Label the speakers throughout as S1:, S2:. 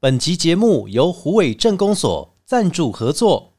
S1: 本集节目由虎尾镇公所赞助合作。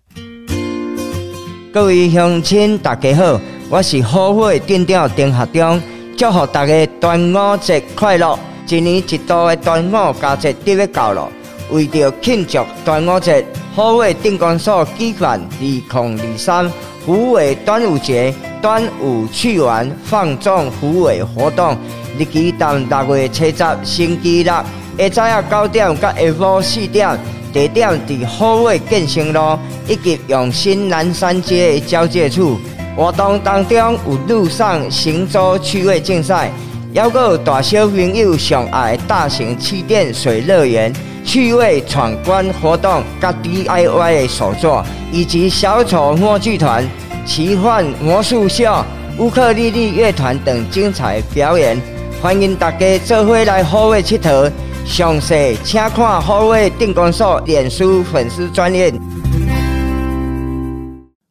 S2: 各位乡亲，大家好，我是好会镇长丁学忠，祝福大家端午节快乐！一年一度的端午佳节就要到了，为着庆祝端午节，好会镇公所举办二零二三虎尾端午节端午趣玩放纵虎尾活动，日期从六月七十星期六下早啊九点到下晡四点。地点伫虎尾建成路以及永新南山街的交界处。活动当中有路上行舟趣味竞赛，还有大小朋友上爱的大型气垫水乐园、趣味闯关活动、甲 DIY 的手作，以及小丑默剧团、奇幻魔术秀、乌克丽丽乐团等精彩表演。欢迎大家做伙来虎尾佚佗。详细请看虎尾定光所脸书粉丝专页。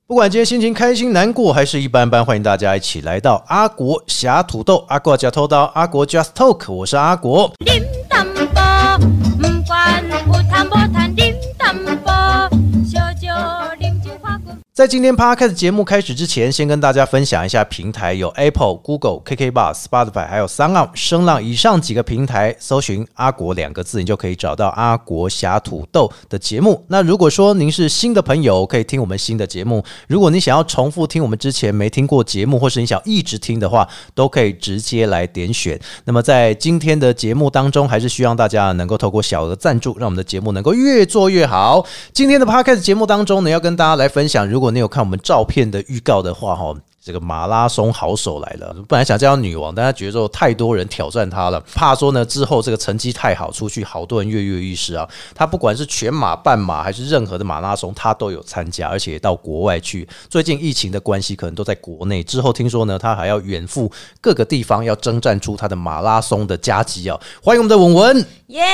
S1: 不管今天心情开心、难过还是一般般，欢迎大家一起来到阿国侠土豆、阿国加偷刀、阿国 Just Talk，我是阿国。
S3: điểm tâm bò Ừm, quan u tham bò than điểm tâm bò cho cho điểm chữ khoa của
S1: 在今天 Podcast 节目开始之前，先跟大家分享一下平台有 Apple、Google、KK Bus、Spotify 还有 s o n 声浪以上几个平台，搜寻“阿国”两个字，你就可以找到阿国侠土豆的节目。那如果说您是新的朋友，可以听我们新的节目；如果你想要重复听我们之前没听过节目，或是你想一直听的话，都可以直接来点选。那么在今天的节目当中，还是希望大家能够透过小额赞助，让我们的节目能够越做越好。今天的 podcast 节目当中呢，要跟大家来分享，如果你有看我们照片的预告的话，哈。这个马拉松好手来了，本来想叫她女王，但她觉得说太多人挑战她了，怕说呢之后这个成绩太好，出去好多人跃跃欲试啊。她不管是全马、半马还是任何的马拉松，她都有参加，而且也到国外去。最近疫情的关系，可能都在国内。之后听说呢，她还要远赴各个地方，要征战出她的马拉松的佳绩啊！欢迎我们的文文，
S4: 耶、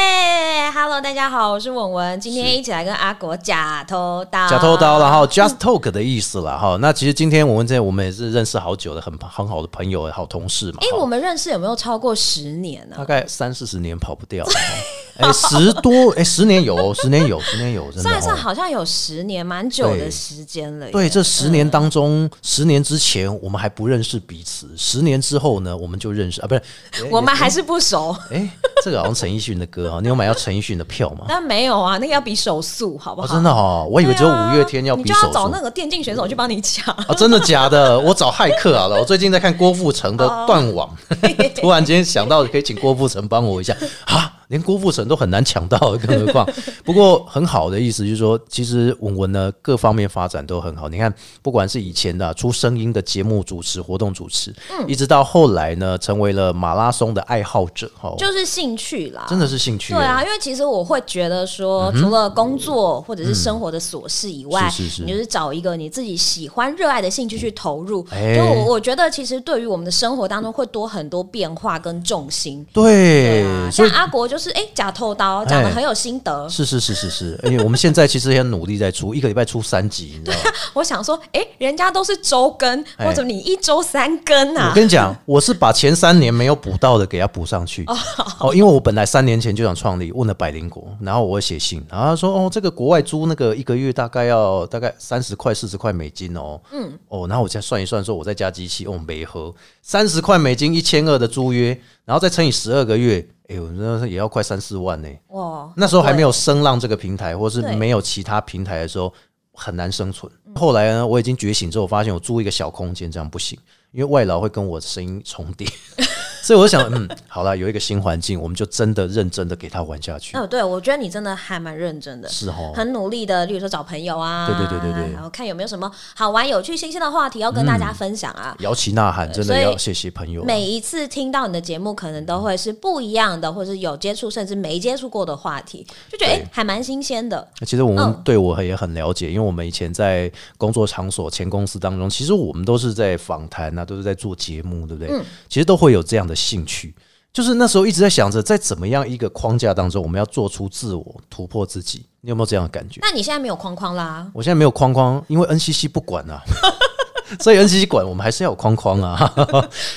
S4: h e l l o 大家好，我是文文，今天一起来跟阿国假偷刀，
S1: 假偷刀，然后 just talk 的意思了哈。那其实今天我们这我们也是认识好久的，很很好的朋友、好同事嘛。
S4: 哎、
S1: 哈
S4: 我们认识有没有超过十年啊呢、
S1: 大概三四十年跑不掉了哈， 哎，十多哎，十年有哦，十年有，十年有，真的
S4: 算一算，
S1: 哦。
S4: 好像有十年，蛮久
S1: 对
S4: 的时间了耶。嗯
S1: 对，这十年当中，十年之前我们还不认识彼此，十年之后呢，我们就认识啊，不是？哎
S4: 我们还是 不熟，
S1: 哎，这个好像陈奕迅的歌啊，你有买到陈奕迅的票吗？
S4: 但没有啊， 那个要比手速，好不
S1: 哦，
S4: 好？
S1: 真的哦，我以为只有五月天要
S4: 你
S1: 比
S4: 就
S1: 手
S4: 要
S1: 术
S4: 找那个电竞选手去帮你抢。
S1: 啊，真的假的？我找骇客好了。我最近在看郭富城的《断网》
S4: 哦
S1: 突然间想到可以请郭富城帮我一下啊，连郭富城都很难抢到，更何况。不过很好的意思就是说，其实文文呢各方面发展都很好。你看，不管是以前的、啊出声音的节目主持、活动主持，
S4: 嗯
S1: 一直到后来呢成为了马拉松的爱好者，哈、
S4: 就是兴趣啦，
S1: 真的是兴趣、
S4: 对啊，因为其实我会觉得说，除了工作或者是生活的琐事以外，
S1: 嗯是是是
S4: 你就是找一个你自己喜欢、热爱的兴趣去投入。
S1: 哎
S4: 就我我觉得，其实对于我们的生活当中会多很多变化跟重心。
S1: 对，
S4: 对啊，
S1: 哎所
S4: 像
S1: 以
S4: 阿国就是哎假透刀讲的很有心得，
S1: 是是是是是，而且我们现在其实也很努力在出，一个礼拜出三集，你知道吗？
S4: 我想说哎人家都是周更，
S1: 哎
S4: 或者你一周三更啊
S1: 我，跟你讲，我是把前三年没有补到的给它补上去。哦，因为我本来三年前就想创立，问了百灵国，然后我写信，然后他说哦，这个国外租那个一个月大概要大概三十块四十块美金哦。嗯。哦，然后我再算一算，说我再加机器，哦，没合三十块美金一千二的租约，然后再乘以十二个月，哎呦，那也要快三四万呢、
S4: 哇，
S1: 那时候还没
S4: 有
S1: 有声浪这个平台，或是
S4: 对
S1: 没有其他平台的时候，很难生存。后来呢，我已经觉醒之后，发现我租一个小空间这样不行，因为外劳会跟我的声音重叠， 所以我就想，嗯，好了，有一个新环境，我们就真的认真的给他玩下去。
S4: 哦，对，我觉得你真的还蛮认真的，
S1: 是哦，
S4: 很努力的，例如说找朋友啊，
S1: 对对对对对嗯
S4: 然后看有没有什么好玩、有趣、新鲜的话题要跟大家分享啊。
S1: 摇旗呐喊，真的
S4: 所以
S1: 要谢谢朋友。
S4: 每一次听到你的节目，可能都会是不一样的，或是有接触，甚至没接触过的话题，就觉得哎、
S1: 对
S4: 诶还蛮新鲜的。
S1: 那其实我们
S4: 嗯
S1: 对我也很了解，因为我们以前在工作场所、前公司当中，其实我们都是在访谈啊，都是在做节目，对不
S4: 嗯
S1: 对？其实都会有这样的兴趣。就是那时候一直在想着，在怎么样一个框架当中，我们要做出自我突破自己。你有没有这样的感觉？
S4: 那你现在没有框框啦，
S1: 我现在没有框框，因为 NCC 不管啊。 所以 NCC 管我们还是要有框框啊。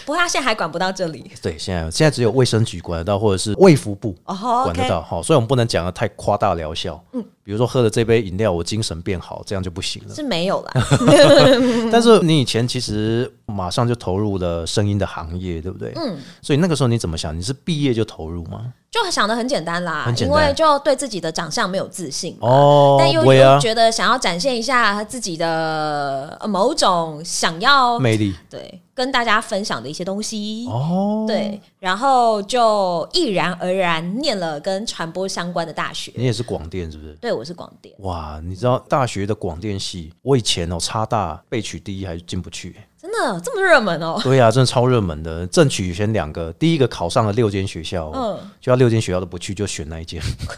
S4: 不过他现在还管不到这里。
S1: 对，现在现在只有卫生局管得到，或者是卫福部
S4: 哦
S1: 管得到。
S4: ，OK，
S1: 好、所以我们不能讲的太夸大疗效。嗯，比如说喝了这杯饮料，我精神变好，这样就不行了。
S4: 是没有啦。 嗯
S1: 但是你以前其实马上就投入了声音的行业，对不对？嗯，所以那个时候你怎么想？你是毕业就投入吗？
S4: 就想的很简单啦，
S1: 很简
S4: 因
S1: 单
S4: 为就对自己的长相没有自信嘛，
S1: 哦
S4: 但又
S1: 对啊
S4: 又觉得想要展现一下自己的呃某种想要
S1: 魅 力
S4: 对跟大家分享的一些东西，
S1: 哦，，
S4: 对，然后就毅然而然念了跟传播相关的大学。
S1: 你也是广电是不是？
S4: 对，我是广电，
S1: 哇，你知道大学的广电系，我以前哦差大被取第一还进不去。
S4: 真的这么热门哦、
S1: 对啊，真的超热门的。正取前两个，第一个考上了六间学校、哦，
S4: 嗯
S1: 就要六间学校都不去，就选那一间，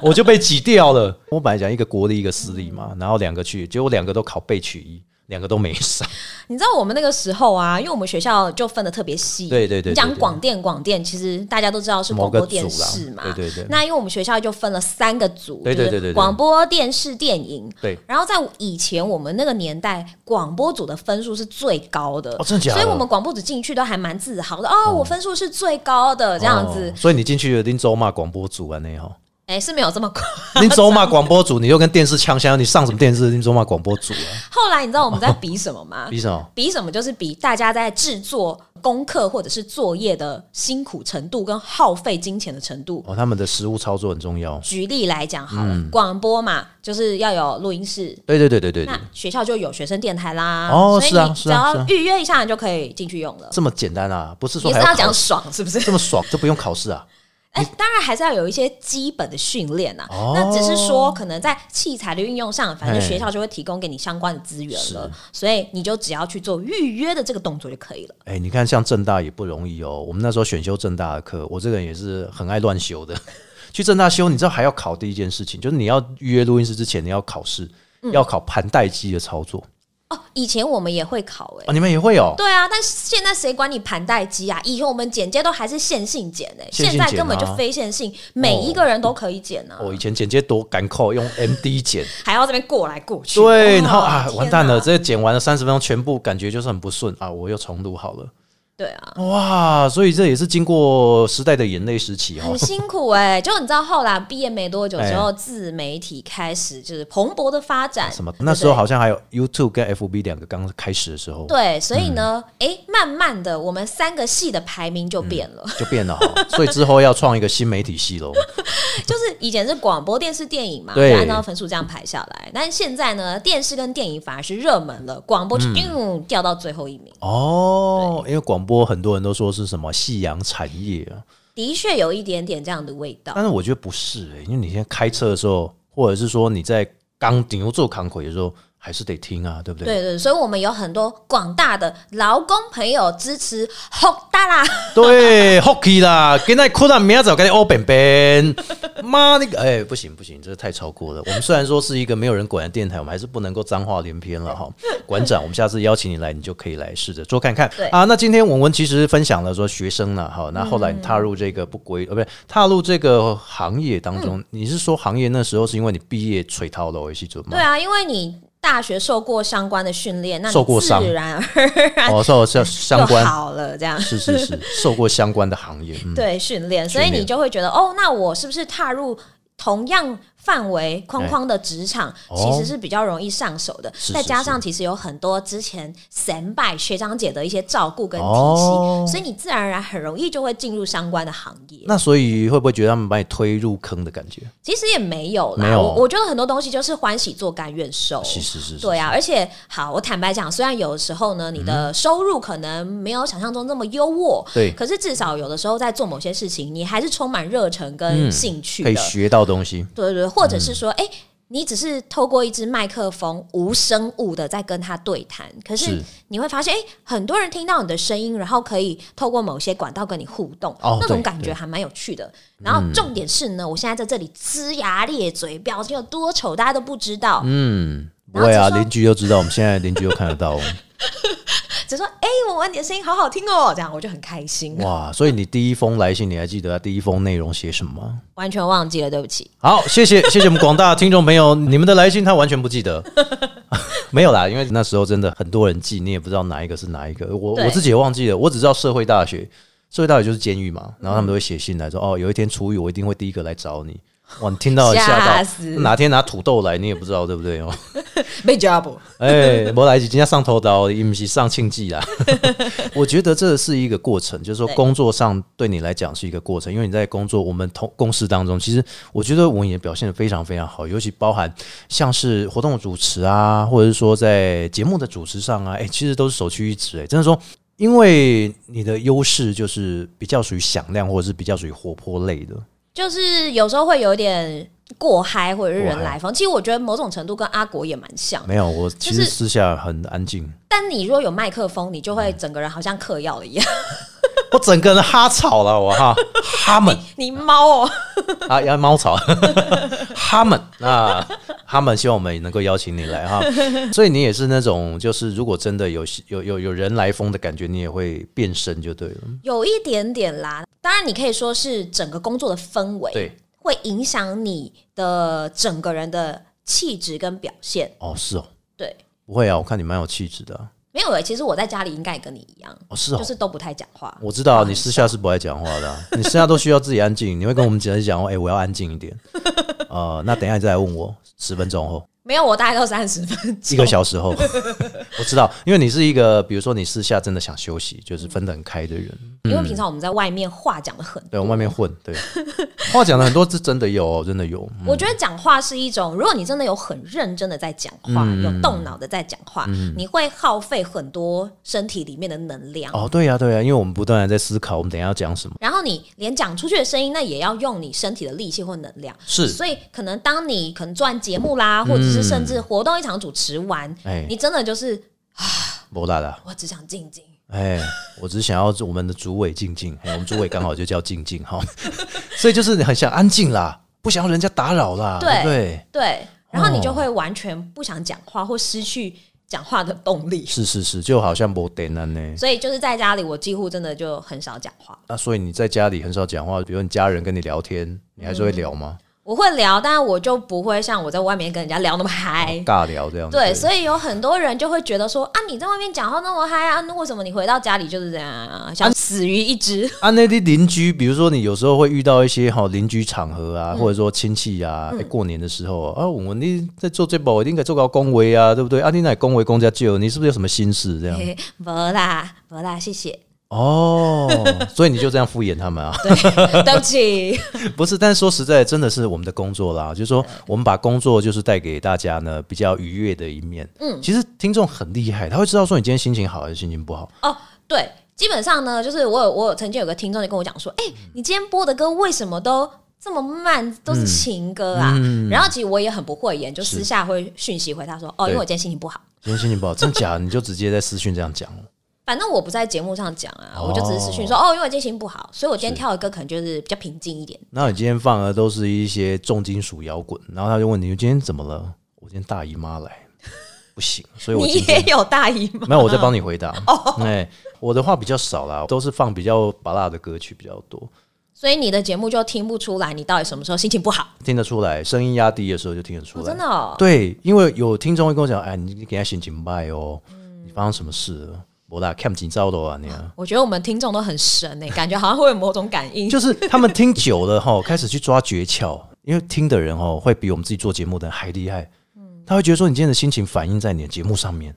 S1: 我就被挤掉了。我本来讲一个国立一个私立
S4: 嗯
S1: 嘛，然后两个去，结果两个都考被取一，两个都没上。
S4: 你知道我们那个时候啊，因为我们学校就分的特别细，
S1: 对对对对
S4: 你讲广电广电，其实大家都知道是广播电视
S1: 某，个
S4: 嘛
S1: 组啦对对对
S4: 那因为我们学校就分了三个组，
S1: 对对对对
S4: 就是
S1: 对
S4: 广播电视电影。
S1: 对，
S4: 然后在以前我们那个年代，广播组的分数是最高的，
S1: 哦真的假的
S4: 所以我们广播组进去都还蛮自豪的哦，我分数是最高的这样子
S1: 哦，所以你进去林州骂广播组啊那 哈，
S4: 哎、是没有这么高。
S1: 林州骂广播组，你就跟电视呛呛，你上什么电视？林州骂广播组 啊？
S4: 后来你知道我们在比什么吗？
S1: 比什么？
S4: 比什么？就是比大家在制作功课或者是作业的辛苦程度跟耗费金钱的程度。
S1: 哦，他们的实物操作很重要。
S4: 举例来讲好了，广、播嘛，就是要有录音室。
S1: 对对对嗯对对对
S4: 那，学校就有学生电台啦，
S1: 哦
S4: 所以
S1: 是啊
S4: 你只
S1: 是啊是
S4: 要
S1: 啊
S4: 预约一下，你就可以进去用了。
S1: 这么简单啊，不是说
S4: 也
S1: 还
S4: 是要
S1: 考
S4: 讲
S1: 试
S4: 爽是不是？
S1: 这么爽，这不用考试啊？
S4: 哎、当然还是要有一些基本的训练呐。
S1: 哦
S4: 那只是说，可能在器材的运用上，反正
S1: 嘿
S4: 学校就会提供给你相关的资源了，所以你就只要去做预约的这个动作就可以了。
S1: 哎、你看像正大也不容易哦。我们那时候选修正大的课，我这个人也是很爱乱修的。 去正大修，你知道还要考第一件事情，就是你要预约录音室之前，你要考试，
S4: 嗯
S1: 要考盘带机的操作
S4: 哦，以前我们也会考哎、
S1: 啊。你们也会哦？
S4: 对啊，但是现在谁管你盘带机啊？以前我们剪接都还是线性剪哎、
S1: 线性
S4: 现
S1: 剪啊哦
S4: 在根本就非线性，每一个人都可以剪啊，
S1: 我、以前剪接多赶扣，用 MD 剪，
S4: 还要这边过来过去。
S1: 对，
S4: 哦
S1: 然后啊，完蛋了，
S4: 天哪
S1: 这个剪完了三十分钟，全部感觉就是很不顺啊，我又重录好了。
S4: 对啊，
S1: 哇，所以这也是经过时代的眼泪时期哦
S4: 很。辛苦哎、就你知道后来毕业没多久之后，
S1: 哎啊
S4: 自媒体开始就是蓬勃的发展。
S1: 什么？
S4: 哎对不对
S1: 那时候好像还有 YouTube 跟 FB 两个刚开始的时候，
S4: 对，所以呢，哎、慢慢的，我们三个系的排名就变了，
S1: 就变了哈。所以之后要创一个新媒体系 喽。
S4: 就是以前是广播电视电影嘛，就
S1: 对
S4: 按照分数这样排下来，但是现在呢，电视跟电影反而是热门了，广播就、嗯、掉到最后一名。
S1: 哦，因为广播很多人都说是什么夕阳产业啊，
S4: 的确有一点点这样的味道
S1: 但。是我觉得不是、欸，因为你现在开车的时候，或者是说你在刚顶做扛腿的时候，还是得听啊，对不对？
S4: 对对，所以我们有很多广大的劳工朋友支持吼大啦，
S1: 对，hockey 啦，今天哭到明天早跟你欧本 本，妈那个，哎、不行不行，这个太超过了。我们虽然说是一个没有人管的电台，我们还是不能够脏话连篇 了哈。馆长，我们下次邀请你来，你就可以来试着做看看
S4: 对
S1: 啊。那今天文文其实分享了说学生呢，哈，那后来你踏入这个不
S4: 嗯
S1: 归呃，不是踏入这个行业当中，你是说行业那时候是因为你毕业垂逃了维系准吗
S4: 对？啊，因为你大学受过相关的训练，那
S1: 受
S4: 你
S1: 过
S4: 自
S1: 伤
S4: 然而然
S1: 哦，受相
S4: 啊就
S1: 相关，
S4: 好了，这样。
S1: 是是是，受过相关的行业，嗯，
S4: 对训练，所以
S1: 训练
S4: 你就会觉得哦，那我是不是踏入同样范围框框的职场，
S1: 哎哦
S4: 其实是比较容易上手的？
S1: 是是
S4: 再加上其实有很多之前神拜学长姐的一些照顾跟体系，
S1: 哦
S4: 所以你自然而然很容易就会进入相关的行业。
S1: 那所以会不会觉得他们把你推入坑的感觉？
S4: 其实也没有啦，
S1: 没有
S4: 我我觉得很多东西就是欢喜做甘愿受。
S1: 是是是是，
S4: 对啊，而且好，我坦白讲，虽然有的时候呢，你
S1: 嗯
S4: 的收入可能没有想象中那么优渥，
S1: 对
S4: 可是至少有的时候在做某些事情，你还是充满热忱跟兴趣
S1: 嗯可
S4: 的，
S1: 以学嗯到东西。
S4: 对对对，或者是说，哎、你只是透过一支麦克风无声物的在跟他对谈，可是
S1: 是
S4: 你会发现，哎、很多人听到你的声音，然后可以透过某些管道跟你互动，
S1: 哦
S4: 那种
S1: 对
S4: 感觉
S1: 对
S4: 还蛮有趣的。然后重点是呢，我现在在这里龇牙咧嘴，表情有多丑，大家都不知道。
S1: 嗯，不
S4: 然后
S1: 会啊，
S4: 就说
S1: 邻居都知道，我们现在邻居都看得 到哦。
S4: 只说：“哎、我文，你的声音好好听哦。”这样我就很开心，
S1: 哇，所以你第一封来信，你还记得第一封内容写什么吗？
S4: 完全忘记了，对不起。
S1: 好，谢谢谢谢我们广大的听众朋友，你们的来信他完全不记得， 没有啦，因为那时候真的很多人记，你也不知道哪一个是哪一个。我
S4: 对
S1: 我自己也忘记了，我只知道社会大学，社会大学就是监狱嘛，然后他们都会写信来说，哦，有一天出狱，我一定会第一个来找你。哇，你听到了吓
S4: 吓
S1: 到
S4: 死，
S1: 哪天拿土豆来你也不知道，对不对哦？
S4: 被抓捕，
S1: 哎，莫来吉，今天上头刀，伊不是上庆记 啦。我觉得这是一个过程，就是说
S4: 对
S1: 工作上对你来讲是一个过程，因为你在工作我们同共事当中，其实我觉得我也表现的非常非常好，尤其包含像是活动主持啊，或者是说在节目的主持上啊，哎、其实都是首屈一指、哎，真的说。因为你的优势就是比较属于响亮，或者是比较属于活泼类的，
S4: 哦就是有时候会有点过嗨或者是人
S1: 过嗨
S4: 来疯。其实我觉得某种程度跟阿国也蛮像，
S1: 没有我其实
S4: 就是
S1: 私下很安静，
S4: 但你如果有麦克风，你就会整个人好像嗑药了一样，
S1: 我整个人哈吵了，我哈哈们，
S4: 你猫哦，
S1: 啊，要猫草， 哈们啊，哈们，希望我们也能够邀请你来哈。所以你也是那种，就是如果真的有有有有人来疯的感觉，你也会变身就对了。
S4: 有一点点啦。当然，你可以说是整个工作的氛围，
S1: 对，
S4: 会影响你的整个人的气质跟表现。
S1: 哦，是哦，
S4: 对，
S1: 不会啊，我看你蛮有气质的啊、
S4: 没有诶、其实我在家里应该也跟你一样，
S1: 哦，是哦。
S4: 就是都不太讲话。
S1: 我知道啊你私下是不爱讲话的啊、你私下都需要自己安静。你会跟我们姐姐讲说：“哎、我要安静一点。”呃，那等一下你再来问我，十分钟后。
S4: 没有，我大概到三十分钟，
S1: 一个小时后， 我知道，因为你是一个，比如说你私下真的想休息，就是分得很开的人。
S4: 因为平常我们在外面话讲的很
S1: 嗯对，往外面混，对， 话讲的很多是真的有哦，真的有，嗯
S4: 我觉得讲话是一种，如果你真的有很认真的在讲话，
S1: 嗯
S4: 有动脑的在讲话，你会耗费很多身体里面的能量。
S1: 哦，对呀、对呀、因为我们不断的在思考，我们等一下要讲什么。
S4: 然后你连讲出去的声音，那也要用你身体的力气或能量。
S1: 是
S4: 所以可能当你可能做完节目啦，或者是甚至活动一场主持完，
S1: 嗯哎
S4: 你真的就是
S1: 不啦啦，
S4: 我只想静静。
S1: 哎，我只是想要我们的主委静静，哎我们主委刚好就叫静静哈， 所以就是很想安静啦，不想要人家打扰啦，对
S4: 对
S1: 不对？
S4: 对，然后你
S1: 哦
S4: 就会完全不想讲话，或失去讲话的动力。
S1: 是是是，就好像没得呢呢。
S4: 所以就是在家里，我几乎真的就很少讲话。
S1: 那所以你在家里很少讲话，比如你家人跟你聊天，你还是会
S4: 嗯
S1: 聊吗？
S4: 我会聊，但我就不会像我在外面跟人家聊那么嗨。
S1: 尬聊这样子。
S4: 对，所以有很多人就会觉得说啊，你在外面讲话那么嗨啊，那为什么你回到家里就是这样啊，像死鱼一只？
S1: 啊，那些邻居，比如说你有时候会遇到一些哈邻居场合
S4: 嗯
S1: 啊，或者说亲戚啊、哎过年的时候啊，啊我们你在做这宝，应该做到恭维啊，对不对？啊，你乃恭维公家舅，你是不是有什么心事这样？
S4: 嘿没啦，没啦，谢谢，
S1: 哦，所以你就这样敷衍他们啊？
S4: 对不起。
S1: 不是，但是说实在，真的是我们的工作啦，就是说我们把工作就是带给大家呢比较愉悦的一面。嗯，其实听众很厉害，他会知道说你今天心情好还是心情不好。
S4: 哦，对，基本上呢，就是我有我有曾经有个听众就跟我讲说，哎、你今天播的歌为什么都这么慢，都是情歌啊？然后其实我也很不会演，就私下会讯息回他说，哦，因为我今天心情不好。
S1: 今天心情不好，真假的？你就直接在私讯这样讲哦。
S4: 反正我不在节目上讲啊，
S1: 哦
S4: 我就只是私讯说哦，因为我今天心情不好，所以我今天挑的歌可能就是比较平静一点。
S1: 那你今天放的都是一些重金属摇滚，然后他就问你你今天怎么了？我今天大姨妈来，不 行，所以我
S4: 你
S1: 今
S4: 也哦
S1: 天
S4: 有大姨妈？
S1: 没有我在帮你回答。 哎，我的话比较少啦，都是放比较拔辣的歌曲比较多，
S4: 所以你的节目就听不出来你到底什么时候心情不好。
S1: 听得出来，声音压低的时候就听得出
S4: 哦、
S1: 来。
S4: 真的、哦，
S1: 对，因为有听众会跟我讲，哎，你你给他心情坏哦，你发生什么事了？我啦，看紧照的啊你啊。
S4: 我觉得我们听众都很神诶、感觉好像会有某种感 应。
S1: 就是他们听久了哈， 开始去抓诀窍，因为听的人哦，会比我们自己做节目的人还厉害。
S4: 嗯
S1: 他会觉得说你今天的心情反映在你的节目上面，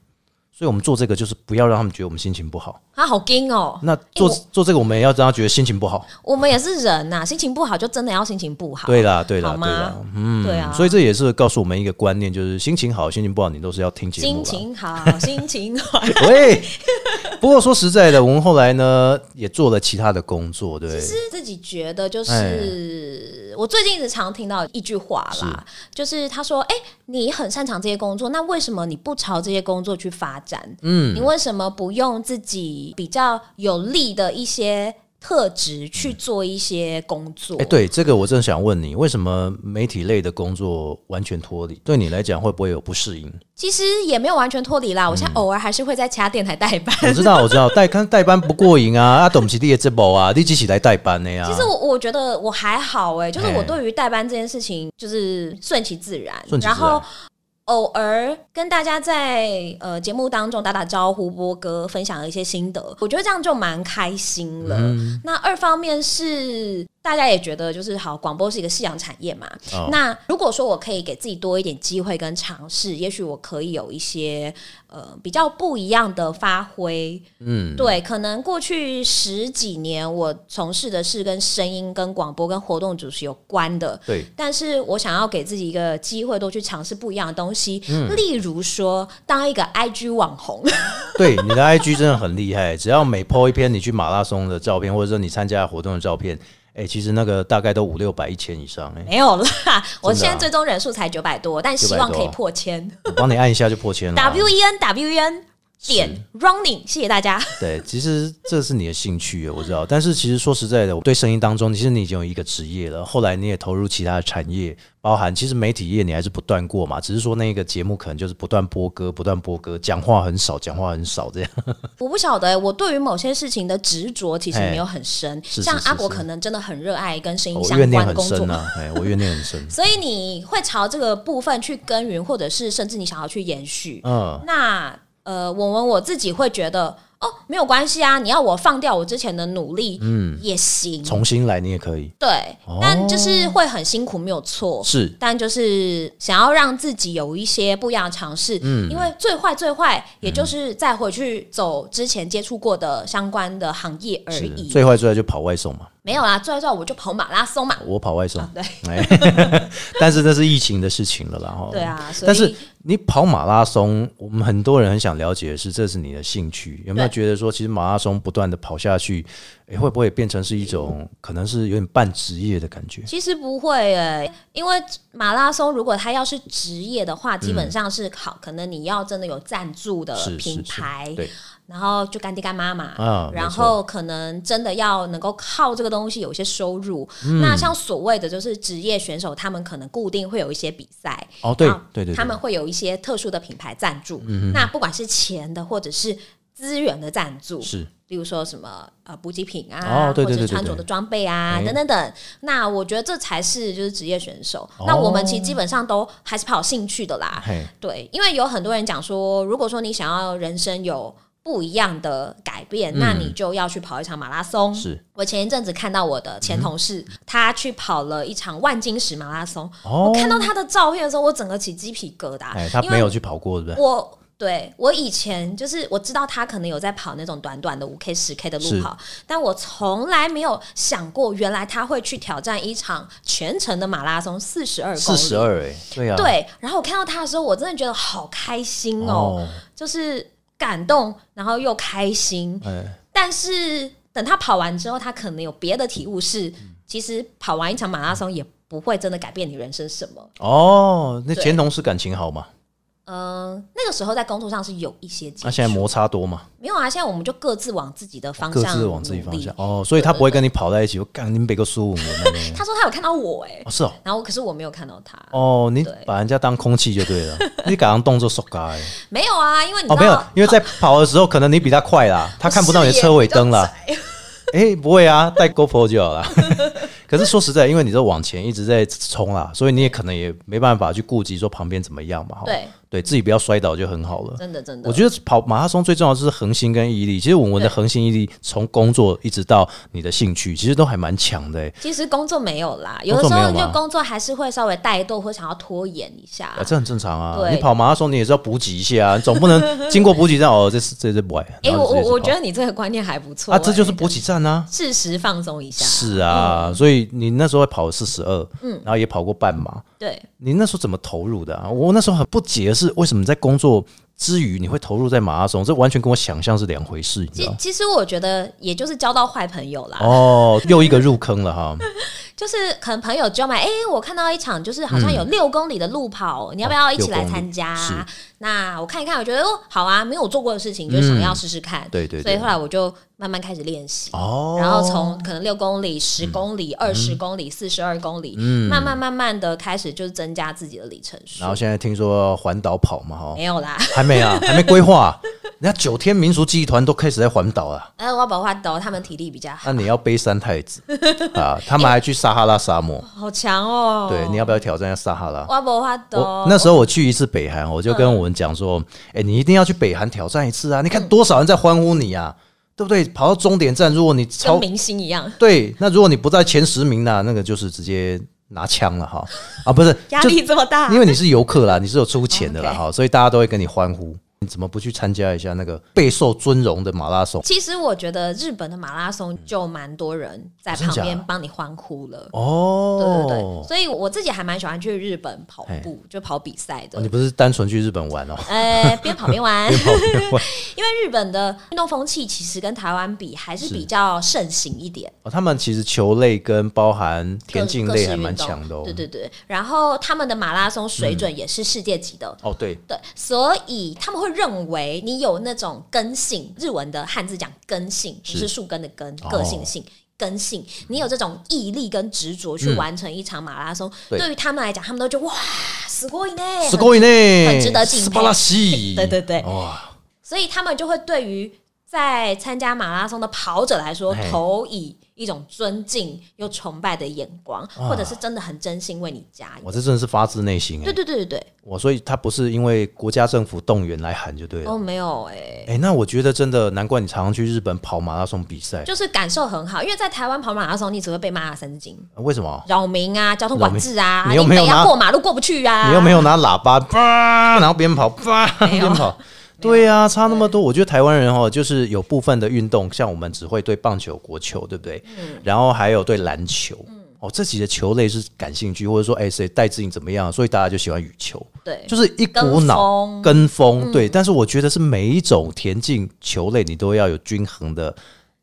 S1: 所以我们做这个就是不要让他们觉得我们心情不好。
S4: 他好惊哦、
S1: 那做、
S4: 我
S1: 做这个，我们也要让他觉得心情不好。
S4: 我们也是人呐、心情不好就真的要心情不好。
S1: 对啦，对啦，
S4: 好
S1: 对
S4: 吗
S1: 啦，
S4: 嗯，对啊，
S1: 所以这也是告诉我们一个观念，就是心情好、心情不好，你都是要听节目啊啦。
S4: 心情 好，心情好。
S1: 喂，不过说实在的，我们后来呢也做了其他的工作，对不对，
S4: 其实自己觉得
S1: 哎
S4: 就是，我最近一直常听到一句话啦，就是他说：“哎、你很擅长这些工作，那为什么你不朝这些工作去发展？嗯，你为什么不用自己比较有利的一些特质去做一些工作？”
S1: 哎、对这个我正想问你，为什么媒体类的工作完全脱离？对你来讲会不会有不适 应？
S4: 其实也没有完全脱离啦，我现在偶尔还是会在其他电台代班。
S1: 我知道，我知道，代看代班不过瘾啊，啊，董其弟的这波啊，你一起来代班的啊呀、
S4: 其实我我觉得我还好哎、就是
S1: 哎
S4: 我对于代班这件事情就是顺其自然，
S1: 顺其自然
S4: 然后。偶尔跟大家在呃节目当中打打招呼、播歌、分享一些心得，我觉得这样就蛮开心了。
S1: 嗯
S4: 那二方面是大家也觉得就是好，广播是一个夕阳产业嘛。
S1: 哦
S4: 那如果说我可以给自己多一点机会跟尝试，也许我可以有一些呃比较不一样的发挥。
S1: 嗯，
S4: 对，可能过去十几年我从事的是跟声音、跟广播、跟活动主持有关的，
S1: 对，
S4: 但是我想要给自己一个机会，多去尝试不一样的东西。
S1: 嗯
S4: 例如说，当一个 IG 网红，
S1: 对，你的 IG 真的很厉害，只要每 po 一篇你去马拉松的照片，或者说你参加活动的照片，哎、其实那个大概都五六百、一千以上、哎，
S4: 没有啦，我
S1: 啊
S4: 现在追踪人数才九百多，但希望可以
S1: 900
S4: 破千。
S1: 我帮你按一下就破千了啊。
S4: W E N W E N 点 Running，谢谢大家。
S1: 对，其实这是你的兴趣，我知道。但是其实说实在的，我对声音当中，其实你已经有一个职业了，后来你也投入其他的产业，包含其实媒体业你还是不断过嘛，只是说那个节目可能就是不断播歌，不断播歌，讲话很少，讲话很少这样。
S4: 我不晓得、我对于某些事情的执着其实没有很深，
S1: 哎是是
S4: 像
S1: 是
S4: 阿国
S1: 是
S4: 可能真的很热爱跟声音
S1: 我
S4: 相
S1: 怨念
S4: 关的
S1: 很
S4: 工作
S1: 深。 啊，哎，我怨念很深。
S4: 所以你会朝这个部分去耕耘，或者是甚至你想要去延续。
S1: 嗯，
S4: 那呃，我们我自己会觉得，哦，没有关系啊，你要我放掉我之前的努力，嗯，也行。
S1: 重新来你也可以，
S4: 对，
S1: 哦
S4: 但就是会很辛苦，没有错。
S1: 是
S4: 但就是想要让自己有一些不一样的尝试，嗯，因为最坏最坏，也就是再回去走之前接触过的相关的行业而
S1: 是，
S4: 已。
S1: 最坏最坏就跑外送嘛，
S4: 没有啦，最后最后我就跑马拉松嘛。
S1: 我跑外送，
S4: 啊对
S1: 哎 但是那是疫情的事情了啦，哈。
S4: 对啊，所以
S1: 哦但是你跑马拉松，我们很多人很想了解的是，这是你的兴趣，有没有
S4: 对
S1: 觉得说，其实马拉松不断的跑下去，诶，会不会变成是一种可能是有点半职业的感觉？
S4: 其实不会诶、因为马拉松如果它要是职业的话，基本上是好，可能你要真的有赞助的
S1: 是
S4: 呃品
S1: 是是
S4: 牌，，
S1: 对，
S4: 然后就干爹干妈嘛，
S1: 啊
S4: 然
S1: 没错
S4: 后可能真的要能够靠这个东西有一些收入。
S1: 嗯
S4: 那像所谓的就是职业选手，他们可能固定会有一些比赛，
S1: 哦，对
S4: 然后
S1: 对对对，嗯
S4: 他们会有一些特殊的品牌赞助，那不管是钱的或者是资源的赞助，
S1: 是
S4: 例如说什么呃补给品啊，
S1: 哦对对
S4: 或
S1: 对对
S4: 者穿着的装备啊
S1: 哎
S4: 等等等。那我觉得这才是就是职业选手。
S1: 哦
S4: 那我们其实基本上都还是跑兴趣的啦，
S1: 嘿，
S4: 对，因为有很多人讲说，如果说你想要人生有不一样的改变，那你就要去跑一场马拉松。
S1: 嗯是嗯
S4: 我前一阵子看到我的前同事，他去跑了一场万金石马拉松。
S1: 哦
S4: 我，看到他的照片的时候，我整个起鸡皮疙瘩。
S1: 哎，他
S4: 因为
S1: 没有去跑过，对不对？
S4: 我对我以前就是我知道他可能有在跑那种短短的五 K、十 K 的路
S1: 是
S4: 跑，但我从来没有想过，原来他会去挑战一场全程的马拉松，四十二公
S1: 四
S4: 里。
S1: 十二，哎，对啊，
S4: 对，然后我看到他的时候，我真的觉得好开心哦，
S1: 哦，
S4: 就是感动，然后又开心。
S1: 哎，
S4: 但是等他跑完之后，他可能有别的体悟是，其实跑完一场马拉松也不会真的改变你人生什么。
S1: 哦，那
S4: 对
S1: 前同事感情好嘛？
S4: 嗯、那个时候在工作上是有一些接
S1: 啊那现在
S4: 触
S1: 摩擦多嘛？
S4: 没有啊，现在我们就各自往自己的方
S1: 各
S4: 向，
S1: 自往自己方向。哦，所以他不会跟你跑在一起，我干你们别个输我那边
S4: 他说他有看到我哎、
S1: 哦，是哦。
S4: 然后可是我没有看到他，
S1: 哦，你
S4: 对
S1: 把人家当空气就对 了，你搞成动作手嘎欸
S4: 没有啊，因为你知
S1: 哦，
S4: 道，
S1: 没有，因为在跑的时候，可能你比他快啦，他看不到你的车尾灯啦。 哎、不会啊，带 GoPro 就好啦。 可是说实在，因为你这往前一直在冲啦，所以你也可能也没办法去顾及说旁边怎么样嘛。哈
S4: 对，
S1: 对自己不要摔倒就很好了。
S4: 真的真的，
S1: 我觉得跑马拉松最重要的是恒心跟毅力。其实我们的
S4: 对
S1: 恒心毅力，从工作一直到你的兴趣，其实都还蛮强的、欸。
S4: 其实工作没有啦，有
S1: 工作
S4: 的时
S1: 没有
S4: 候
S1: 吗
S4: 就工作还是会稍微怠惰或想要拖延一下。
S1: 啊，这很正常啊！
S4: 对
S1: 你跑马拉松，你也是要补给一下啊， 总不 能经过补给站哦，这是这是不哎。
S4: 哎、
S1: 然
S4: 我
S1: 后
S4: 我
S1: 直接就
S4: 我
S1: 跑
S4: 觉得你这个观念还不错、
S1: 啊，这就是
S4: 哎
S1: 补给站啊。
S4: 适时放松一下。
S1: 是
S4: 嗯
S1: 啊，所以你那时候跑四十二，嗯，然后也跑过半马，
S4: 对，
S1: 你那时候怎么投入的啊？我那时候很不解的是，为什么在工作之余你会投入在马拉松？这完全跟我想象是两回事，你知道
S4: 其
S1: 吗？
S4: 其实我觉得也就是交到坏朋友啦，
S1: 哦，又一个入坑了哈！
S4: 就是可能朋友就买，哎、我看到一场就是好像有六公里的路跑，你要不要一起来参
S1: 嗯
S4: 加
S1: 哦六公里？
S4: 那我看一看，我觉得哦，好啊，没有做过的事情，就想要试试看。
S1: 对对对
S4: 所以后来我就慢慢开始练习。
S1: 哦，嗯
S4: 然后从可能六公里、十公里、二十公里、四十二公里，慢慢慢慢的开始就是增加自己的里程数
S1: 然。后现在听说环岛跑嘛哈，
S4: 没有啦，
S1: 还没啊，还没规划。人家九天民俗记忆团都开始在环岛了，
S4: 呃，我宝花岛他们体力比较好，
S1: 那你要背三太 子啊？他们还去撒哈拉沙漠，
S4: 好强 哦。
S1: 对，你要不要挑战一下撒哈拉？
S4: 我宝花
S1: 我
S4: 岛
S1: 那时候我去一次北韩，我就跟我们讲
S4: 嗯
S1: 说，哎、你一定要去北韩挑战一次啊！你看多少人在欢呼你啊，对不对？跑到终点站，如果你超
S4: 跟明星一样，
S1: 对，那如果你不在前十名呢、啊那个就是直接拿枪了 哈啊，不是
S4: 压
S1: 就
S4: 力这么大哦
S1: 因。为你是游客啦，你是有出钱的啦
S4: OK
S1: 哈，所以大家都会跟你欢呼。你怎么不去参加一下那个备受尊荣的马拉松？
S4: 其实我觉得日本的马拉松就蛮多人在
S1: 哦真
S4: 旁
S1: 假
S4: 边帮你欢呼了。对
S1: 哦，
S4: 对对，所以我自己还蛮喜欢去日本跑步，就跑比赛的
S1: 哦你。不是单纯去日本玩哦？
S4: 呃， 边跑边玩，
S1: 边跑边玩
S4: 因为日本的运动风气其实跟台湾比还是比较盛行一点，
S1: 哦，他们其实球类跟包含田
S4: 各
S1: 径
S4: 各
S1: 类
S4: 式
S1: 还
S4: 运
S1: 蛮
S4: 动
S1: 强的哦。
S4: 对对对，然后他们的马拉松水准也是世界级的，
S1: 哦，对，
S4: 对，所以他们会认为你有那种根性，日文的汉字讲根性，
S1: 是
S4: 就是树根的根，
S1: 哦
S4: 个性性。根性，你有这种毅力跟执着去完成一场马拉松，
S1: 嗯对
S4: 对于他们来讲，他们都觉得哇，すごいね，
S1: すごいね，
S4: 很值得敬佩
S1: 素晴らしい。
S4: 对对对
S1: 哇，
S4: 所以他们就会对于在参加马拉松的跑者来说
S1: 嘿，
S4: 投以一种尊敬又崇拜的眼光，或者是真的很真心为你加
S1: 啊
S4: 油
S1: 我。这真的是发自内心
S4: 对
S1: 哎，
S4: 对对对对，
S1: 我所以他不是因为国家政府动员来喊就对了
S4: 哦，。没有哎、
S1: 哎、那我觉得真的难怪你常常去日本跑马拉松比赛，
S4: 就是感受很好，因为在台湾跑马拉松，你只会被骂三字经。
S1: 啊为什么？
S4: 扰民啊，交通管制啊，
S1: 扰民你又没有
S4: 北要
S1: 拿
S4: 过马路过不去啊，
S1: 你又没有拿喇 叭叭，然后边跑叭
S4: 没有
S1: 边跑，对呀、差那么多。我觉得台湾人哦，就是有部分的运动，像我们只会对棒球、国球，对不对？
S4: 嗯
S1: 然后还有对篮球，哦，这几个球类是感兴趣，或者说哎谁戴志颖怎么样，所以大家就喜欢羽球。
S4: 对，
S1: 就是一股脑
S4: 跟风嗯
S1: 跟风，对。但是我觉得是每一种田径球类，你都要有均衡的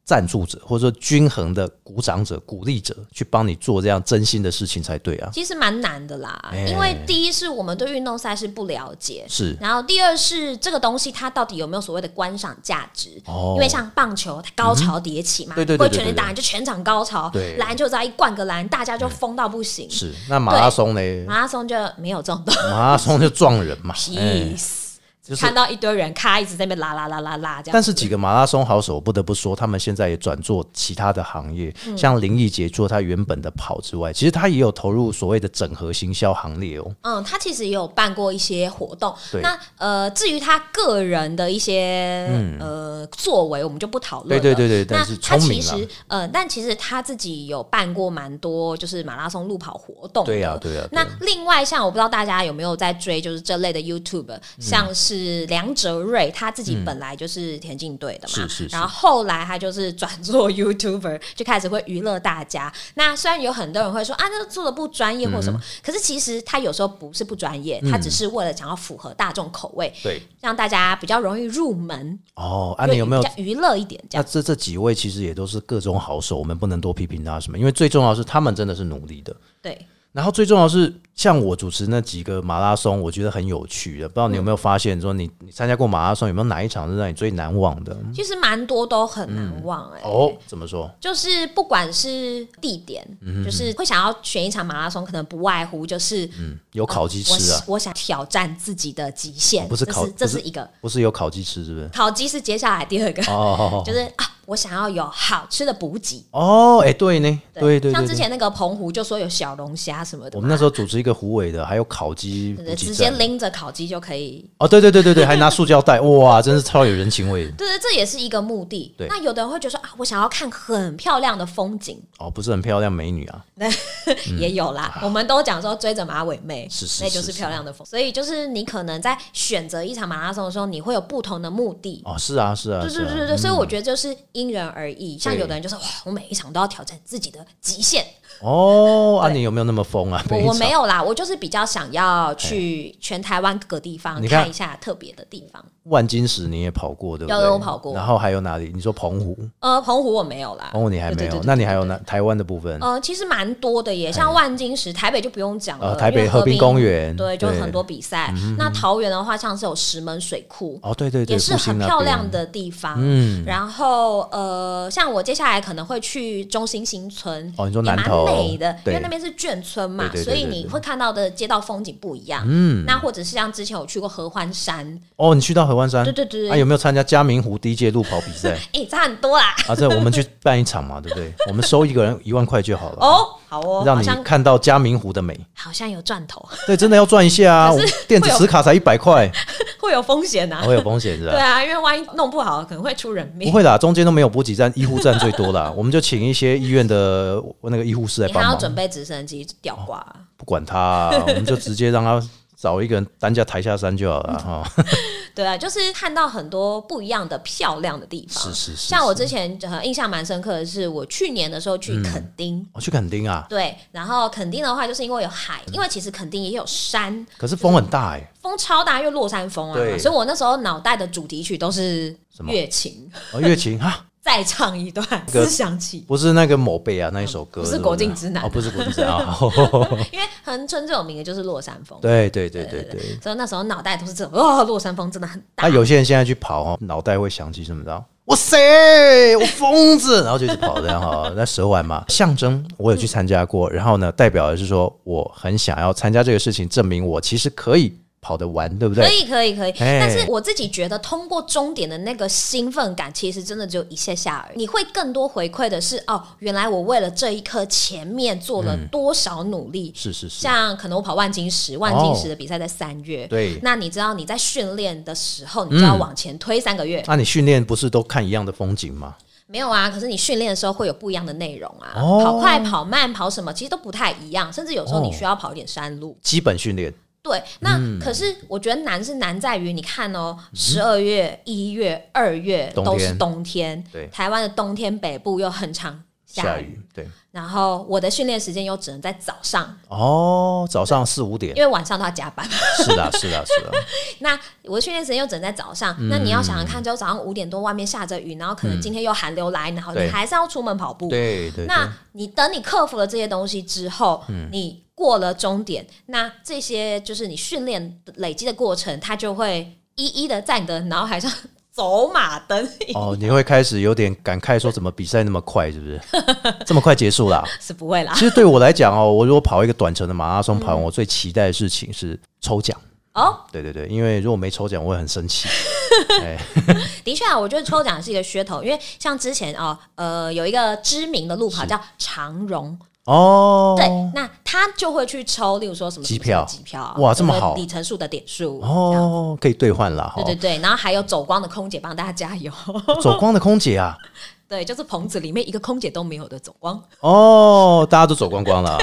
S1: 赞助者，或者说均衡的鼓掌者、鼓励者，去帮你做这样真心的事情才对啊。
S4: 其实蛮难的啦。
S1: 哎
S4: 因为第一是我们对运动赛事不了解，
S1: 是
S4: 然后第二是这个东西它到底有没有所谓的观赏价值？
S1: 哦嗯
S4: 因为像棒球，它高潮迭起嘛，
S1: 对对对
S4: 不会
S1: 对
S4: 全力
S1: 对
S4: 打你就全场高潮
S1: 对，
S4: 篮球只要一灌个篮，大家就疯到不行。
S1: 是，那马拉松呢？
S4: 马拉松就没有这种东西。
S1: 马拉松就撞人嘛， 哎
S4: Peace，、
S1: 就是
S4: 看。到一堆人咔一直在那边啦啦啦啦啦这样，
S1: 但是几个马拉松好手，我不得不说，他们现在也转做其他的行业，
S4: 嗯
S1: 像林奕杰做他原本的跑之外，其实他也有投入所谓的整合行销行列哦。
S4: 嗯，他其实也有办过一些活动。
S1: 对
S4: 那呃，至于他个人的一些、呃作为，我们就不讨论了。
S1: 嗯对对对对但
S4: 那
S1: 是
S4: 他
S1: 聪
S4: 其
S1: 明啦
S4: 实呃，但其实他自己有办过蛮多就是马拉松路跑活动的。
S1: 对啊呀对呀对
S4: 那
S1: 呀
S4: 另外像我不知道大家有没有在追，就是这类的 YouTube，、像
S1: 嗯
S4: 是梁哲瑞，他自己本来就是田径队的嘛，
S1: 是是是
S4: 然后后来他就是转做 YouTuber，就 开始会娱乐大家。那虽然有很多人会说啊，那做的不专业或什么，
S1: 嗯
S4: 可是其实他有时候不是不专业，他只是为了想要符合大众口味，
S1: 对，
S4: 让大家比较容易入门，
S1: 哦，啊，你有没有
S4: 就比较娱乐一点这
S1: 那
S4: 样？
S1: 这这几位其实也都是各种好手，我们不能多批评他什么，因为最重要的是他们真的是努力的。
S4: 对，
S1: 然后最重要的是，像我主持那几个马拉松，我觉得很有趣的。不知道你有没有发现，说你你参加过马拉松，有没有哪一场是让你最难忘的？
S4: 其实蛮多都很难忘哎、
S1: 哦，怎么说？
S4: 就是不管是地点，
S1: 嗯
S4: 就是会想要选一场马拉松，可能不外乎就是
S1: 有嗯烤鸡吃啊？哦
S4: 我我想挑战自己的极限，
S1: 不是
S4: 这
S1: 烤
S4: 这
S1: 不是
S4: 是一个
S1: 不是有烤鸡吃，是不是？
S4: 烤鸡是接下来第二个，
S1: 哦
S4: 就是啊，我想要有好吃的补给。
S1: 哦，哎，对呢，对对
S4: 像
S1: 对
S4: 之
S1: 对。
S4: 前那个澎湖就说有小龙虾什么的嘛，
S1: 我们那时候主持一个虎尾的，还有烤鸡
S4: 对
S1: 补
S4: 对
S1: 给
S4: 直接
S1: 站
S4: 拎着烤鸡就可以，
S1: 哦，对对对对对，还拿塑胶袋，哇，真是超有人情味的。
S4: 对对，这也是一个目的
S1: 对。
S4: 那有的人会觉得说啊，我想要看很漂亮的风景，
S1: 哦，不是很漂亮美女啊，
S4: 也有啦。我们都讲说追着马尾妹，
S1: 是是
S4: 那就是是
S1: 是
S4: 漂亮的风。所以就是你可能在选择一场马拉松的时候，你会有不同的目的。
S1: 哦，是啊是啊，
S4: 对
S1: 是
S4: 对
S1: 啊
S4: 对对对，所以我觉得就是因人而异。像
S1: 对
S4: 有的人就是哇，我每一场都要挑战自己的极限。
S1: 哦，啊，
S4: 对
S1: 你有没有那么疯啊？
S4: 我
S1: 每一
S4: 我
S1: 场哎
S4: 没有啦，我就是比较想要去全台湾各个地方
S1: 你看
S4: 看一下特别的地方。
S1: 万金石你也跑过对不对？
S4: 有有我跑过
S1: 然后还有哪里？你说澎湖，
S4: 呃，澎湖我没有啦，
S1: 澎哦湖你还没
S4: 对对
S1: 有
S4: 对，对
S1: 那你还有哪台湾的部分？
S4: 呃，其实蛮多的耶，像万金石，台北就不用讲了，
S1: 呃哎台北
S4: 因为
S1: 河
S4: 河
S1: 滨公园
S4: 对，就
S1: 对嗯
S4: 很多比赛。那桃园的话，像是有石门水库，
S1: 哦，对对对，
S4: 也是
S1: 复兴
S4: 很
S1: 那
S4: 漂
S1: 边
S4: 亮。的地方。
S1: 嗯
S4: 然后有呃，像我接下来可能会去中心新村，
S1: 哦你说
S4: 也
S1: 南
S4: 蛮
S1: 投
S4: 美的，因
S1: 对
S4: 为那边是眷村嘛，
S1: 对对对
S4: 所
S1: 对
S4: 以
S1: 对
S4: 你
S1: 对
S4: 会看到的街道风景不一样。嗯，那或者是像之前我去过合欢山，
S1: 哦，你去到合欢山，
S4: 对对对
S1: 啊，有没有参加嘉明湖第一届路跑比 赛
S4: 哎、差很多啦。
S1: 啊？这我们去办一场嘛，对不 对？我们收一个人一万块就好了。
S4: 哦，好哦，
S1: 让
S4: 好
S1: 你
S4: 像
S1: 看到嘉明湖的美，
S4: 好像有赚头，
S1: 对，真的要赚一下啊！我们电子磁卡才一百块，
S4: 会有风险呐、啊。
S1: 会有风险是
S4: 对
S1: 吧？
S4: 啊，因为万一弄不好，可能会出人
S1: 不
S4: 命。
S1: 会啦，中间都没有补给站，医护站最多啦。 我们就请一些医院的那个医护师来
S4: 你还
S1: 帮
S4: 要
S1: 忙。
S4: 准备直升机吊挂啊、
S1: 不管他啊、我们就直接让他找一个人担架抬下山就好了哈、
S4: 对啊，就是看到很多不一样的漂亮的地方。
S1: 是是是嗯
S4: 像我之前呃印象蛮深刻的是，我去年的时候去垦丁。
S1: 我去垦丁啊，
S4: 对，然后垦丁的话，就是因为有海，因为其实垦丁也有山，
S1: 可是风很大哎、
S4: 风超大，因为落山风啊
S1: 对，
S4: 所以我那时候脑袋的主题曲都是
S1: 什么
S4: 乐琴，
S1: 哦，月琴啊，
S4: 再唱一段《
S1: 这个
S4: 思想起
S1: 不是那个某贝啊那一首歌，
S4: 不是
S1: 对对
S4: 国境之南
S1: 哦，不是国境之南啊，》，
S4: 因为恒春最有名的就是落山风，
S1: 对对对对对。
S4: 所以那时候脑袋都是这种，哇、落山风真的很大，
S1: 啊，有些人现在去跑哦，脑袋会想起什么？知道？我谁？我疯子，然后就一直跑这样哈。那蛇丸嘛，象征我有去参加过，然后呢，代表的是说我很想要参加这个事情，证明我其实可以跑得完，对不对
S4: 可？以可以可以，
S1: 哎
S4: 但是我自己觉得通过终点的那个兴奋感，其实真的只有一下下而已。你会更多回馈的是，哦，原来我为了这一刻前面做了多少努力。
S1: 是是是，
S4: 像可能我跑万金石，万金石的比赛在三月，
S1: 哦对嗯
S4: 那你知道你在训练的时候，你就要往前推三个月。
S1: 那、你训练不是都看一样的风景吗？
S4: 没有啊，可是你训练的时候会有不一样的内容啊，
S1: 哦
S4: 跑快、跑慢、跑什么，其实都不太一样，甚至有时候
S1: 哦
S4: 你需要跑一点山路。
S1: 基本训练
S4: 对，那
S1: 嗯
S4: 可是我觉得难是难在于，你看哦，十二月、一月、二月
S1: 冬
S4: 都
S1: 天
S4: 是冬天，
S1: 对
S4: 台湾的冬天北部又很常
S1: 下
S4: 下雨，
S1: 雨对
S4: 然后我的训练时间又只能在早上，
S1: 哦，早上四五点
S4: 因为晚上都要加班。
S1: 是啦是啦是啦，
S4: 那我的训练时间又只能在早上，
S1: 嗯
S4: 那你要想想看，就早上五点多外面下着雨，然后可能今天又寒流来，然后
S1: 对
S4: 你还是要出门跑 步，
S1: 对对嗯
S4: 那你等你克服了这些东西之后，你过了终点，那这些就是你训练累积的过程，它就会一一的在你的脑海上走马灯，
S1: 对哦，你会开始有点感慨，说怎么比赛那么快，是不是这么快结束啦？
S4: 是不会啦。
S1: 其实对我来讲哦，我如果跑一个短程的马拉松跑完，
S4: 嗯
S1: 我最期待的事情是抽奖。
S4: 哦，
S1: 对对对，因为如果没抽奖，我会很生 气。哎，
S4: 的确啊，我觉得抽奖是一个噱头，因为像之前哦，呃，有一个知名的路跑叫长荣，
S1: 哦，
S4: 对，那他就会去抽，例如说什么
S1: 机票
S4: 机票啊，
S1: 哇这么好
S4: 有个里程数的点数，
S1: 哦，可以兑换啦。哈
S4: 对对对，然后还有走光的空姐帮大家加油，
S1: 走光的空姐啊，
S4: 对，就是棚子里面一个空姐都没有的走光。
S1: 哦，大家都走光光了、 啊，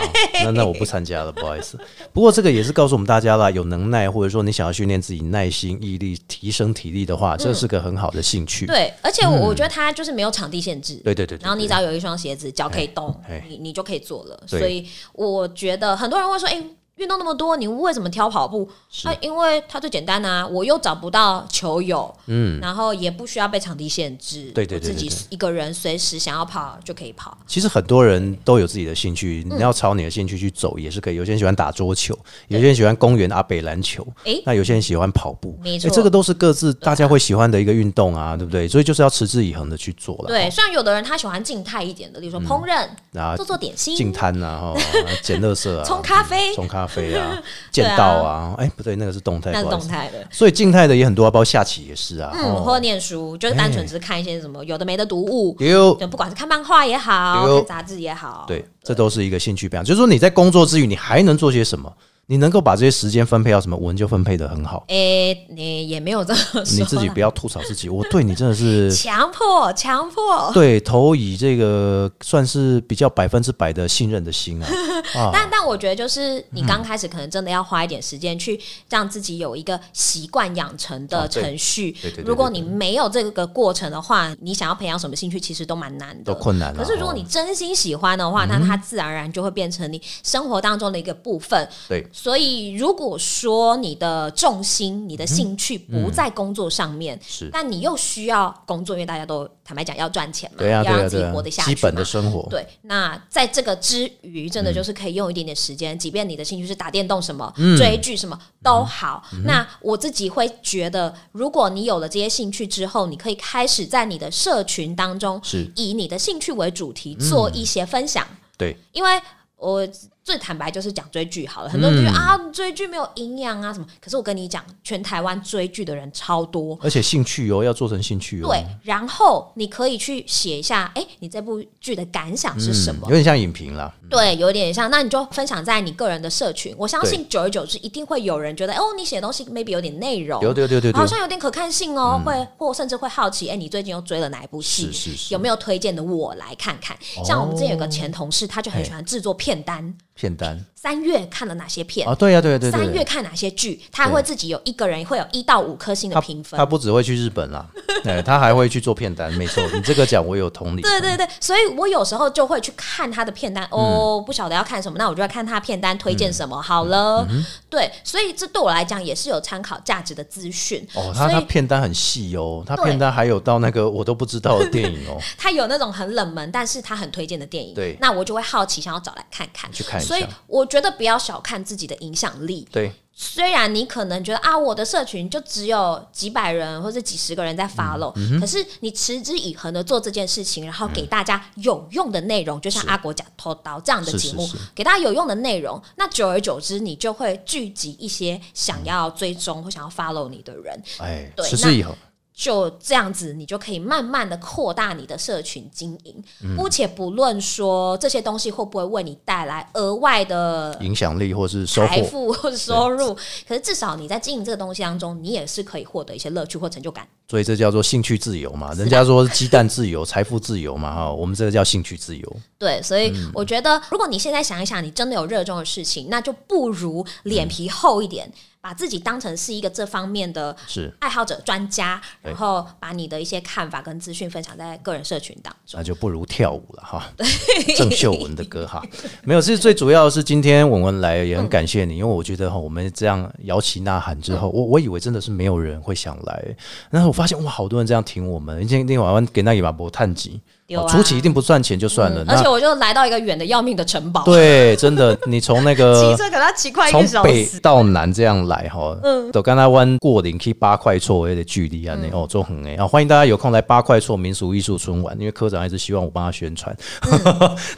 S1: 那那我不参加了，不好意思。不过这个也是告诉我们大家啦，有能耐或者说你想要训练自己耐心、毅力、提升体力的话，这是个很好的兴趣。
S4: 嗯对，而且我我觉得它就是没有场地限制，
S1: 嗯对对对对
S4: 然后你只要有一双鞋子，脚可以动
S1: 嘿嘿，
S4: 你你就可以做了。
S1: 对
S4: 所以我觉得很多人会说，哎、运动那么多，你为什么挑跑步？啊，因为它最简单啊，我又找不到球友，嗯，然后也不需要被场地限制，
S1: 对对对
S4: 我自
S1: 对
S4: 己一个人随时想要跑就可以跑。
S1: 其实很多人都有自己的兴趣，
S4: 嗯
S1: 你要朝你的兴趣去走也是可以。有些人喜欢打桌球，有些人喜欢公园阿北篮球，
S4: 诶
S1: 那有些人喜欢跑步，
S4: 没
S1: 诶
S4: 错嗯
S1: 这个都是各自大家会喜欢的一个运动啊，对不对？所以就是要持之以恒的去做了。哦
S4: 对，虽然有的人他喜欢静态一点的，例如说烹饪、
S1: 啊
S4: 做做点心、
S1: 净滩啊，哈，捡垃圾啊，
S4: 冲咖啡
S1: 冲咖啡啊，
S4: 对
S1: 剑
S4: 啊
S1: 道啊，哎、不对，那个是动态，
S4: 那
S1: 不好
S4: 是
S1: 意
S4: 动
S1: 思。
S4: 态的。
S1: 所以静态的也很多啊，包括下棋也是啊。
S4: 嗯，或者念书，就是单纯只是看一些什么有的没的读物，
S1: 丢
S4: 对，不管是看漫画也好，
S1: 有
S4: 看杂志也好，
S1: 哎对，这都是一个兴趣培养，就是说你在工作之余，你还能做些什么？你能够把这些时间分配到什么？我们就分配的很好。
S4: 诶、哎你也没有啊这么说啦，
S1: 你自己不要吐槽自己，我对你真的是
S4: 强迫，强迫。
S1: 对投以这个算是比较百分之百的信任的心啊。 嗯
S4: 但但我觉得，就是你刚开始可能真的要花一点时间去让自己有一个习惯养成
S1: 哦
S4: 的
S1: 对
S4: 程序
S1: 对对对。对
S4: 如果你没有这个过程的话，你想要培养什么兴趣，其实都蛮难的，
S1: 都困难啊嗯
S4: 可是如果你真心喜欢的话，那它自然而然就会变成你生活当中的一个部分。
S1: 对，
S4: 所以如果说你的重心、
S1: 嗯
S4: 你的兴趣不在工作上面，
S1: 是
S4: 但你又需要工作，因为大家都坦白讲要赚钱嘛，
S1: 对呀，
S4: 要
S1: 对呀，
S4: 让自
S1: 对
S4: 己
S1: 呀
S4: 活得，下去
S1: 基
S4: 嘛，
S1: 本的生活，嗯
S4: 对，那在这个之余，真的就是可以用一点点时间，即便你的兴趣是打电动什么、
S1: 嗯
S4: 追剧什么都好。那我自己会觉得，如果你有了这些兴趣之后，你可以开始在你的社群当中，
S1: 是嗯
S4: 以你的兴趣为主题做一些分享，
S1: 对，
S4: 因为。我最坦白就是讲追剧好了，很多人
S1: 嗯
S4: 就觉得、啊追剧没有营养啊什么，可是我跟你讲，全台湾追剧的人超多，
S1: 而且兴趣哦，要做成兴趣哦，
S4: 对，然后你可以去写一下，哎、你这部剧的感想是什么
S1: 嗯有？点像影评啦，
S4: 对，有点像。那你就分享在你个人的社群，我相信久而久之一定会有人觉得，哦，你写的东西 maybe 有点内容，
S1: 有对对对对
S4: 哦好，像有点可看性哦，会或甚至会好奇，哎、你最近又追了哪一部戏？
S1: 是是是哦
S4: 有没有推荐的我来看看？像我们之前有个前同事，他就很喜欢制作片单，
S1: 片单
S4: 三月看了哪些片。
S1: 啊，对呀，对呀，对呀，
S4: 三
S1: 对
S4: 月
S1: 呀
S4: 看哪些剧，他会
S1: 对
S4: 自己有一个人会有一到五颗星的
S1: 他
S4: 评分
S1: 他。不只会去日本啦， 哎，他还会去做片单，没错，你这个讲我有同理，
S4: 对对对，所以我有时候就会去看他的片单，哦，不晓得要看什么，那我就要看他片单推荐什么好了。对，所以这对我来讲也是有参考价值的资讯。
S1: 哦，他
S4: 所
S1: 他
S4: 以
S1: 片单很细哦，他
S4: 对
S1: 片单还有到那个我都不知道的电影哦，
S4: 他有那种很冷门，但是他很推荐的电影，
S1: 对
S4: 那我就会好奇想要找来看看。
S1: 去看一下
S4: 所以我觉得不要小看自己的影响力。
S1: 对，
S4: 虽然你可能觉得啊，我的社群就只有几百人或者几十个人在
S1: 嗯
S4: follow，、可是你持之以恒的做这件事情，然后给大家有用的内容，就像阿国讲偷刀这样的
S1: 是
S4: 节
S1: 是
S4: 目，
S1: 是
S4: 给大家有用的内容，那久而久之，你就会聚集一些想要追踪或想要 follow 你的人，
S1: 哎，
S4: 对
S1: 持
S4: 那
S1: 之以恒，
S4: 就这样子，你就可以慢慢的扩大你的社群经营。
S1: 嗯
S4: 姑且不论说这些东西会不会为你带来额外的
S1: 影响力或是收
S4: 财
S1: 获，
S4: 富或者收入，可是至少你在经营这个东西当中，你也是可以获得一些乐趣或成就感。
S1: 所以这叫做兴趣自由嘛，人家说是鸡蛋自由、财富自由嘛，哈，我们这个叫兴趣自由，
S4: 对，所以
S1: 嗯
S4: 我觉得，如果你现在想一想，你真的有热衷的事情，那就不如脸皮
S1: 嗯
S4: 厚一点，把自己当成是一个这方面的
S1: 是，
S4: 爱好者、专家，
S1: 对
S4: 然后把你的一些看法跟资讯分享在个人社群当中。
S1: 那就不如跳舞了哈。郑秀文的歌哈，没有，其实最主要的是今天文文来也很感谢你，因为我觉得哈，我们这样摇旗呐喊之后，我我以为真的是没有人会想来，然后我发现哇，好多人这样听我们，今天晚上给那一把波探集，
S4: 对啊嗯
S1: 哦初期一定不算钱就算了，
S4: 而且
S1: 那
S4: 我就来到一个远的要命的城堡，
S1: 对，真的，你从那个
S4: 骑车可能要骑快一
S1: 从
S4: 个小
S1: 北
S4: 时。嗯
S1: 到南这样来哈，都刚才湾过岭去八块厝的距离啊，那哦，做很哎啊，欢迎大家有空来八块厝民俗艺术村玩，因为科长一直希望我帮他宣传，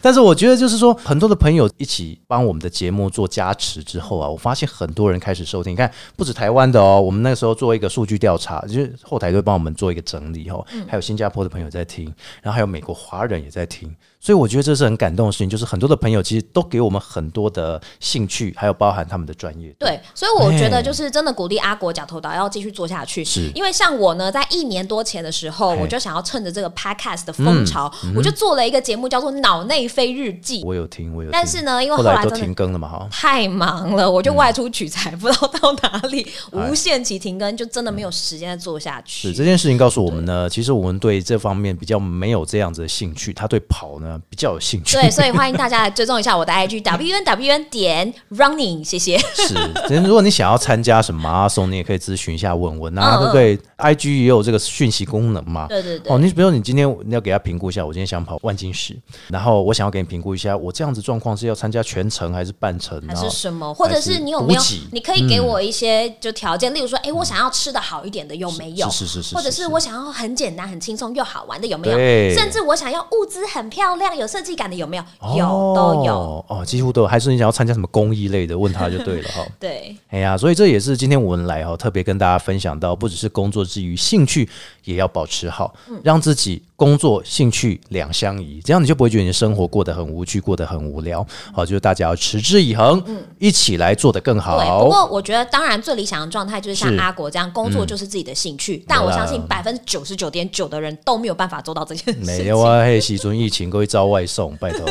S1: 但是我觉得就是说，很多的朋友一起帮我们的节目做加持之后啊，我发现很多人开始收听，你看不止台湾的哦，我们那个时候做一个数据调查，就是后台都会帮我们做一个整理哦，
S4: 嗯
S1: 还有新加坡的朋友在听，然后还有美国华人也在听，所以我觉得这是很感动的事情，就是很多的朋友其实都给我们很多的兴趣，还有包含他们的专业。
S4: 对，所以我觉得
S1: 哎
S4: 就是真的鼓励阿国假头岛要继续做下去，
S1: 是
S4: 因为像我呢，在一年多前的时候，
S1: 嘿嗯
S4: 我就想要趁着这个 podcast 的风潮，我就做了一个节目叫做《脑内飞日记》，
S1: 我有听，我有听，
S4: 但是呢，因为
S1: 后
S4: 后来
S1: 都
S4: 真的
S1: 停更了嘛，哈，
S4: 太忙了，我就外出取材，不知道到哪里，
S1: 嗯 哎
S4: 无限期停更，就真的没有时间再做下去。
S1: 是这件事情告诉我们呢，其实我们对这方面比较没有这样子的兴趣，他对跑呢比较有兴趣。
S4: 对，所以欢迎大家来追踪一下我的 IG W N W N 点 Running，谢 谢。
S1: 是，但如果你想要参加什么马拉松，你也可以咨询一下文文啊，对
S4: 嗯嗯
S1: 不对？IG 也有这个讯息功能嘛。
S4: 对对对
S1: 哦，你比如说你今天你要给他评估一下，我今天想跑万金石，然后我想要给你评估一下，我这样子状况是要参加全程还是半程？
S4: 还
S1: 然后
S4: 是什么，或者是你有没有
S1: 补给，嗯
S4: 你可以给我一些就条件，例如说，哎，我想要吃的好一点的有没有？
S1: 是是是是
S4: 或者是我想要很简单、很轻松又好玩的有没
S1: 对
S4: 有？甚至我想要物资很漂亮、有设计感的有没有？有，
S1: 哦
S4: 都有。
S1: 哦，几乎都有。还是你想要参加什么公益类的，问他就对了哈。
S4: 对，
S1: 哎呀，所以这也是今天我们来哦，特别跟大家分享到，不只是工作之余，兴趣也要保持好，
S4: 嗯
S1: 让自己工作兴趣两相宜，这样你就不会觉得你的生活过得很无趣，过得很无聊。好，就是大家要持之以恒，一起来做得更
S4: 嗯对，不
S1: 好。
S4: 过我觉得，当然最理想的状态就是像
S1: 是嗯
S4: 阿国这样，工作就是自己的兴趣。但我相信百分之九十九点九的人都没有办法做到这件事情。
S1: 没有啊，嘿，时阵疫情，各位招外送，拜托。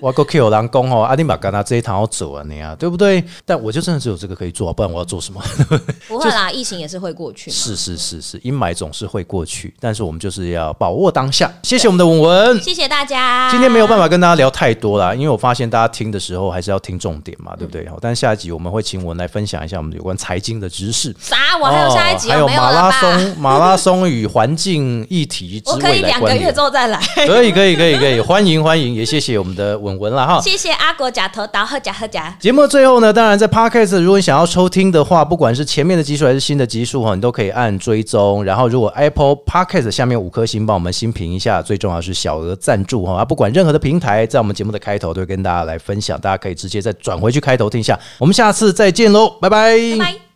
S1: 我够 Q 狼工哦，阿丁玛干他这一趟要走啊，你啊，对不对？但我就真的只有这个可以做，啊不然我要做什么？
S4: 不会啦，疫情也是会过去嘛。
S1: 是是是是，阴霾总是会过去，但是我们就是要把握当下。谢谢我们的文文，
S4: 谢谢大家。
S1: 今天没有办法跟大家聊太多啦，因为我发现大家听的时候还是要听重点嘛，对不
S4: 嗯
S1: 对？好，但下一集我们会请文来分享一下我们有关财经的知识。
S4: 啥？我还有下一集、哦，
S1: 还
S4: 有
S1: 有
S4: 没有
S1: 马
S4: 了
S1: 拉
S4: 吧？
S1: 松， 马拉松与环境议题之
S4: 我可
S1: 未
S4: 以
S1: 来
S4: 两个
S1: 关
S4: 月
S1: 联
S4: 之。后再来。
S1: 可以可以可以可以，欢迎欢迎，也谢谢我们的文文了哈。
S4: 谢谢阿国假头刀，喝假喝假。
S1: 节目的最后呢，当然在 podcast，如果你想要收听的话，不管是前面的集数还是新的集数哈，你都可以按追踪。然后，如果 Apple podcast 下面五颗星帮我们新评一下，最重要的是小额赞助哈。啊，不管任何的平台，在我们节目的开头都会跟大家来分享，大家可以直接再转回去开头听一下。我们下次再见喽，拜拜
S4: 拜拜。